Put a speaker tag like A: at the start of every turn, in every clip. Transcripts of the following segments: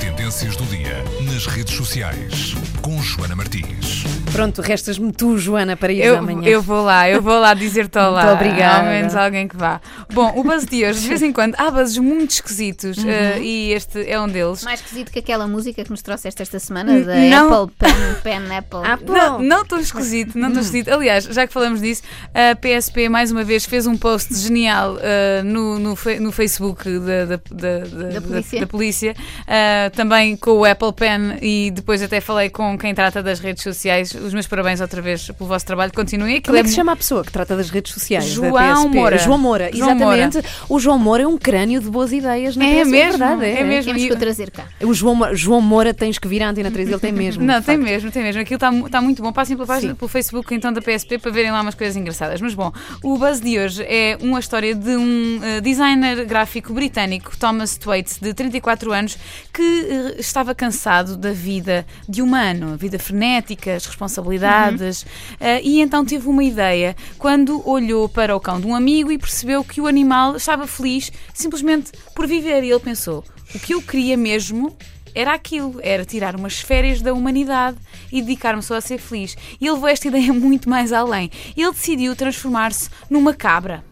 A: tendências do dia nas redes sociais com Joana Martins.
B: Pronto, restas-me tu, Joana, para ires
C: Eu,
B: amanhã.
C: eu vou lá, eu vou lá dizer-te olá.
B: Muito obrigada.
C: Ao menos alguém que vá. Bom, o buzz de hoje, de vez em quando, há buzzes muito esquisitos
B: Uhum.
C: eh, e este é um deles.
D: Mais esquisito que aquela música que nos trouxeste esta semana
C: N-
D: da
C: não.
D: Apple Pen, Pen Apple.
B: Ah, pô.
C: Não, não tão esquisito, não tão
B: Hum.
C: esquisito. Aliás, já que falamos disso, a PSP mais uma vez fez um post genial eh, no, no, fe- no Facebook da, da, da- da-
D: Da polícia.
C: da polícia, eh, também com o Apple Pen e depois até falei com quem trata das redes sociais. Os meus parabéns outra vez pelo vosso trabalho. Continuem. Aquilo
B: Como é que
C: mu-
B: se chama a pessoa que trata das redes sociais? da
C: João
B: PSP?
C: Moura.
B: João Moura,
C: João
B: exatamente. O João Moura é um crânio de boas ideias, não
C: É mesmo,
B: verdade,
C: é mesmo.
D: Temos
C: e-
D: que o trazer cá.
B: O João, Mo- João Moura tens que vir à Antena 3, ele tem mesmo.
C: Não,
B: de
C: tem
B: facto.
C: mesmo, tem mesmo. Aquilo está muito bom. Passem pela página,
B: Sim.
C: pelo Facebook então da PSP para verem lá umas coisas engraçadas. Mas bom, o buzz de hoje é uma história de um eh, designer gráfico britânico, Thomas Thwaites, de 34 anos, que eh, estava cansado da vida de humano, a vida frenética, as
B: Uhum.
C: responsabilidades, eh, e então teve uma ideia quando olhou para o cão de um amigo e percebeu que o animal estava feliz simplesmente por viver. E ele pensou: o que eu queria mesmo era aquilo, era tirar umas férias da humanidade e dedicar-me só a ser feliz. E ele levou esta ideia muito mais além. Ele decidiu transformar-se numa cabra.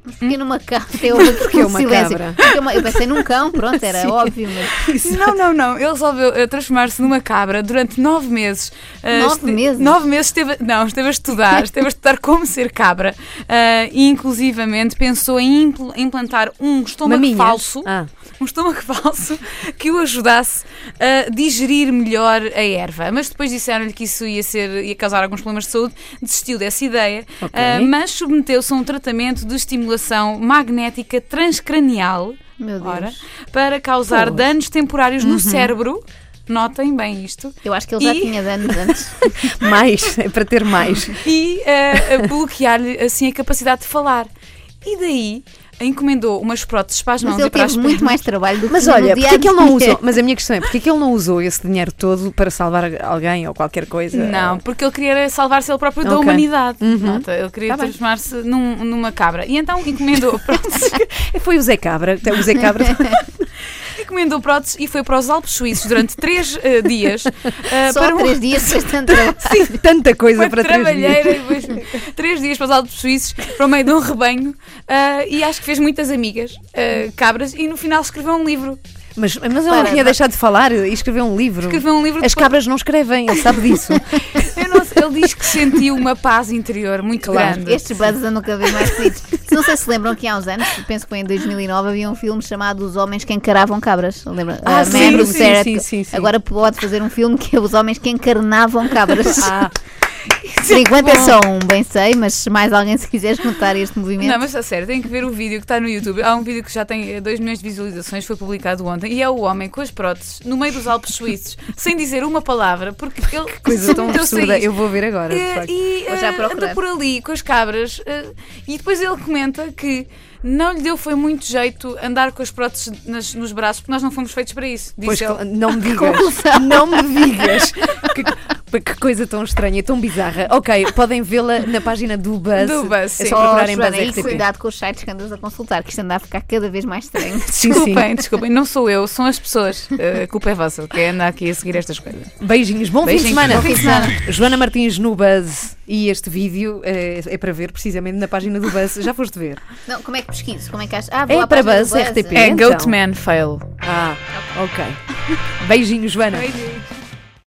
D: Porque numa cabra eu houve aqui
B: Porque é
D: um
B: uma
D: silêncio.
B: cabra.
D: Porque uma- eu pensei num cão, pronto, era óbvio, mas
C: Não, não, não. Ele resolveu eh, transformar-se numa cabra durante nove meses. Eh,
D: Nove
C: este-
D: meses?
C: Nove meses esteve, a- não, esteve a estudar, esteve a estudar como ser cabra. Eh, e inclusivamente pensou em impl- implantar um estômago
B: Maminhas?
C: falso.
B: Ah.
C: um estômago falso que o ajudasse a digerir melhor a erva. Mas depois disseram-lhe que isso ia, ser, ia causar alguns problemas de saúde, desistiu dessa ideia, ah, mas submeteu-se a um tratamento de estimulação magnética transcranial
D: Meu Deus. Uhum.
C: ora, para causar
B: Pois.
C: danos temporários no cérebro. Notem bem isto.
D: eu acho que ele já
C: E-
D: tinha danos antes.
B: Mais, é para ter mais.
C: e eh, a bloquear-lhe assim a capacidade de falar. E daí encomendou umas próteses para as mãos
D: Mas
C: e
D: ele
C: para as
D: teve muito
C: pernas.
D: mais trabalho do que
B: Mas
D: no
B: olha,
D: dia
B: porque é que ele não
D: a dia.
B: usou? Mas a minha questão é, porque é que ele não usou esse dinheiro todo para salvar alguém ou qualquer coisa?
C: Não, porque ele queria era salvar-se ele próprio da
B: Ok.
C: humanidade. Nota, ele queria
B: Tá bem.
C: transformar-se num- numa cabra. E então encomendou próteses,
B: É, Foi o Zé Cabra, o Zé Cabra
C: encomendou próteses e foi para os Alpes Suíços durante três eh, dias. eh,
D: Só
C: para um-
D: três dias depois de tanto trabalho.
B: Sim, tanta coisa
C: Foi
B: para três dias.
C: trabalheira, depois três dias para os Alpes Suíços, para o meio de um rebanho, eh, e acho que fez muitas amigas, eh, cabras, e no final escreveu um livro.
B: Mas, mas ele não
D: Para,
B: tinha
D: não.
B: deixado de falar e escreveu um livro.
C: Escreveu um livro
B: As
C: depois-
B: cabras não escrevem, ele sabe disso.
C: Eu não sei, ele diz que sentiu uma paz interior muito grande.
D: Estes buzzes eu nunca vi mais seguidos. Se não sei se lembram que há uns anos, penso que foi em 2009, havia um filme chamado Os Homens que Encaravam Cabras. Lembra?
B: Ah,
D: A
B: sim,
D: Man Who
B: sim,
D: Stared at-
B: sim, sim, sim.
D: Agora pode fazer um filme que é Os Homens que Encarnavam Cabras.
B: Ah,
D: Por enquanto é só um, bem sei, mas se mais alguém se quiser juntar este movimento.
C: Não, mas a sério, tem que ver o vídeo que está no YouTube. Há um vídeo que já tem 2 milhões de visualizações, foi publicado ontem, e é o homem com as próteses no meio dos Alpes Suíços, sem dizer uma palavra, porque ele que
B: coisa tão
C: Então,
B: absurda. Eu vou ver agora. de
C: e
B: facto.
C: e
D: Vou já
C: eh,
D: procurar.
C: anda por ali com as cabras eh, e depois ele comenta que não lhe deu foi muito jeito andar com as próteses nas- nos braços porque nós não fomos feitos para isso. Diz
B: Pois,
C: ele.
B: cl- não me digas. não me digas. Que, pá, que coisa tão estranha, tão bizarra. Ok, podem vê-la na página do Buzz.
C: Do Buzz,
B: É
C: sim.
B: só
D: Oh,
B: procurarem
D: Joana,
B: Buzz
D: e
B: RTP.
D: cuidado com os sites que andas a consultar, que isto anda a ficar cada vez mais estranho.
B: Sim, sim.
C: Desculpem, desculpem, não sou eu, são as pessoas. Eh, A culpa é vossa, que é andar aqui a seguir estas coisas.
B: Beijinhos. Bom fim de
C: Beijinhos.
B: semana.
C: Bom fim de semana.
B: Joana Martins no Buzz. E este vídeo eh, é, para ver precisamente na página do Buzz. Já foste ver?
D: Não, como é que pesquiso? Como é que achas? Ah, vou
B: É
D: à
B: para
D: página do
B: Buzz, RTP.
C: É
B: Então.
C: Goatman Fail.
B: Ah, ok. Beijinhos, Joana.
C: Beijinhos.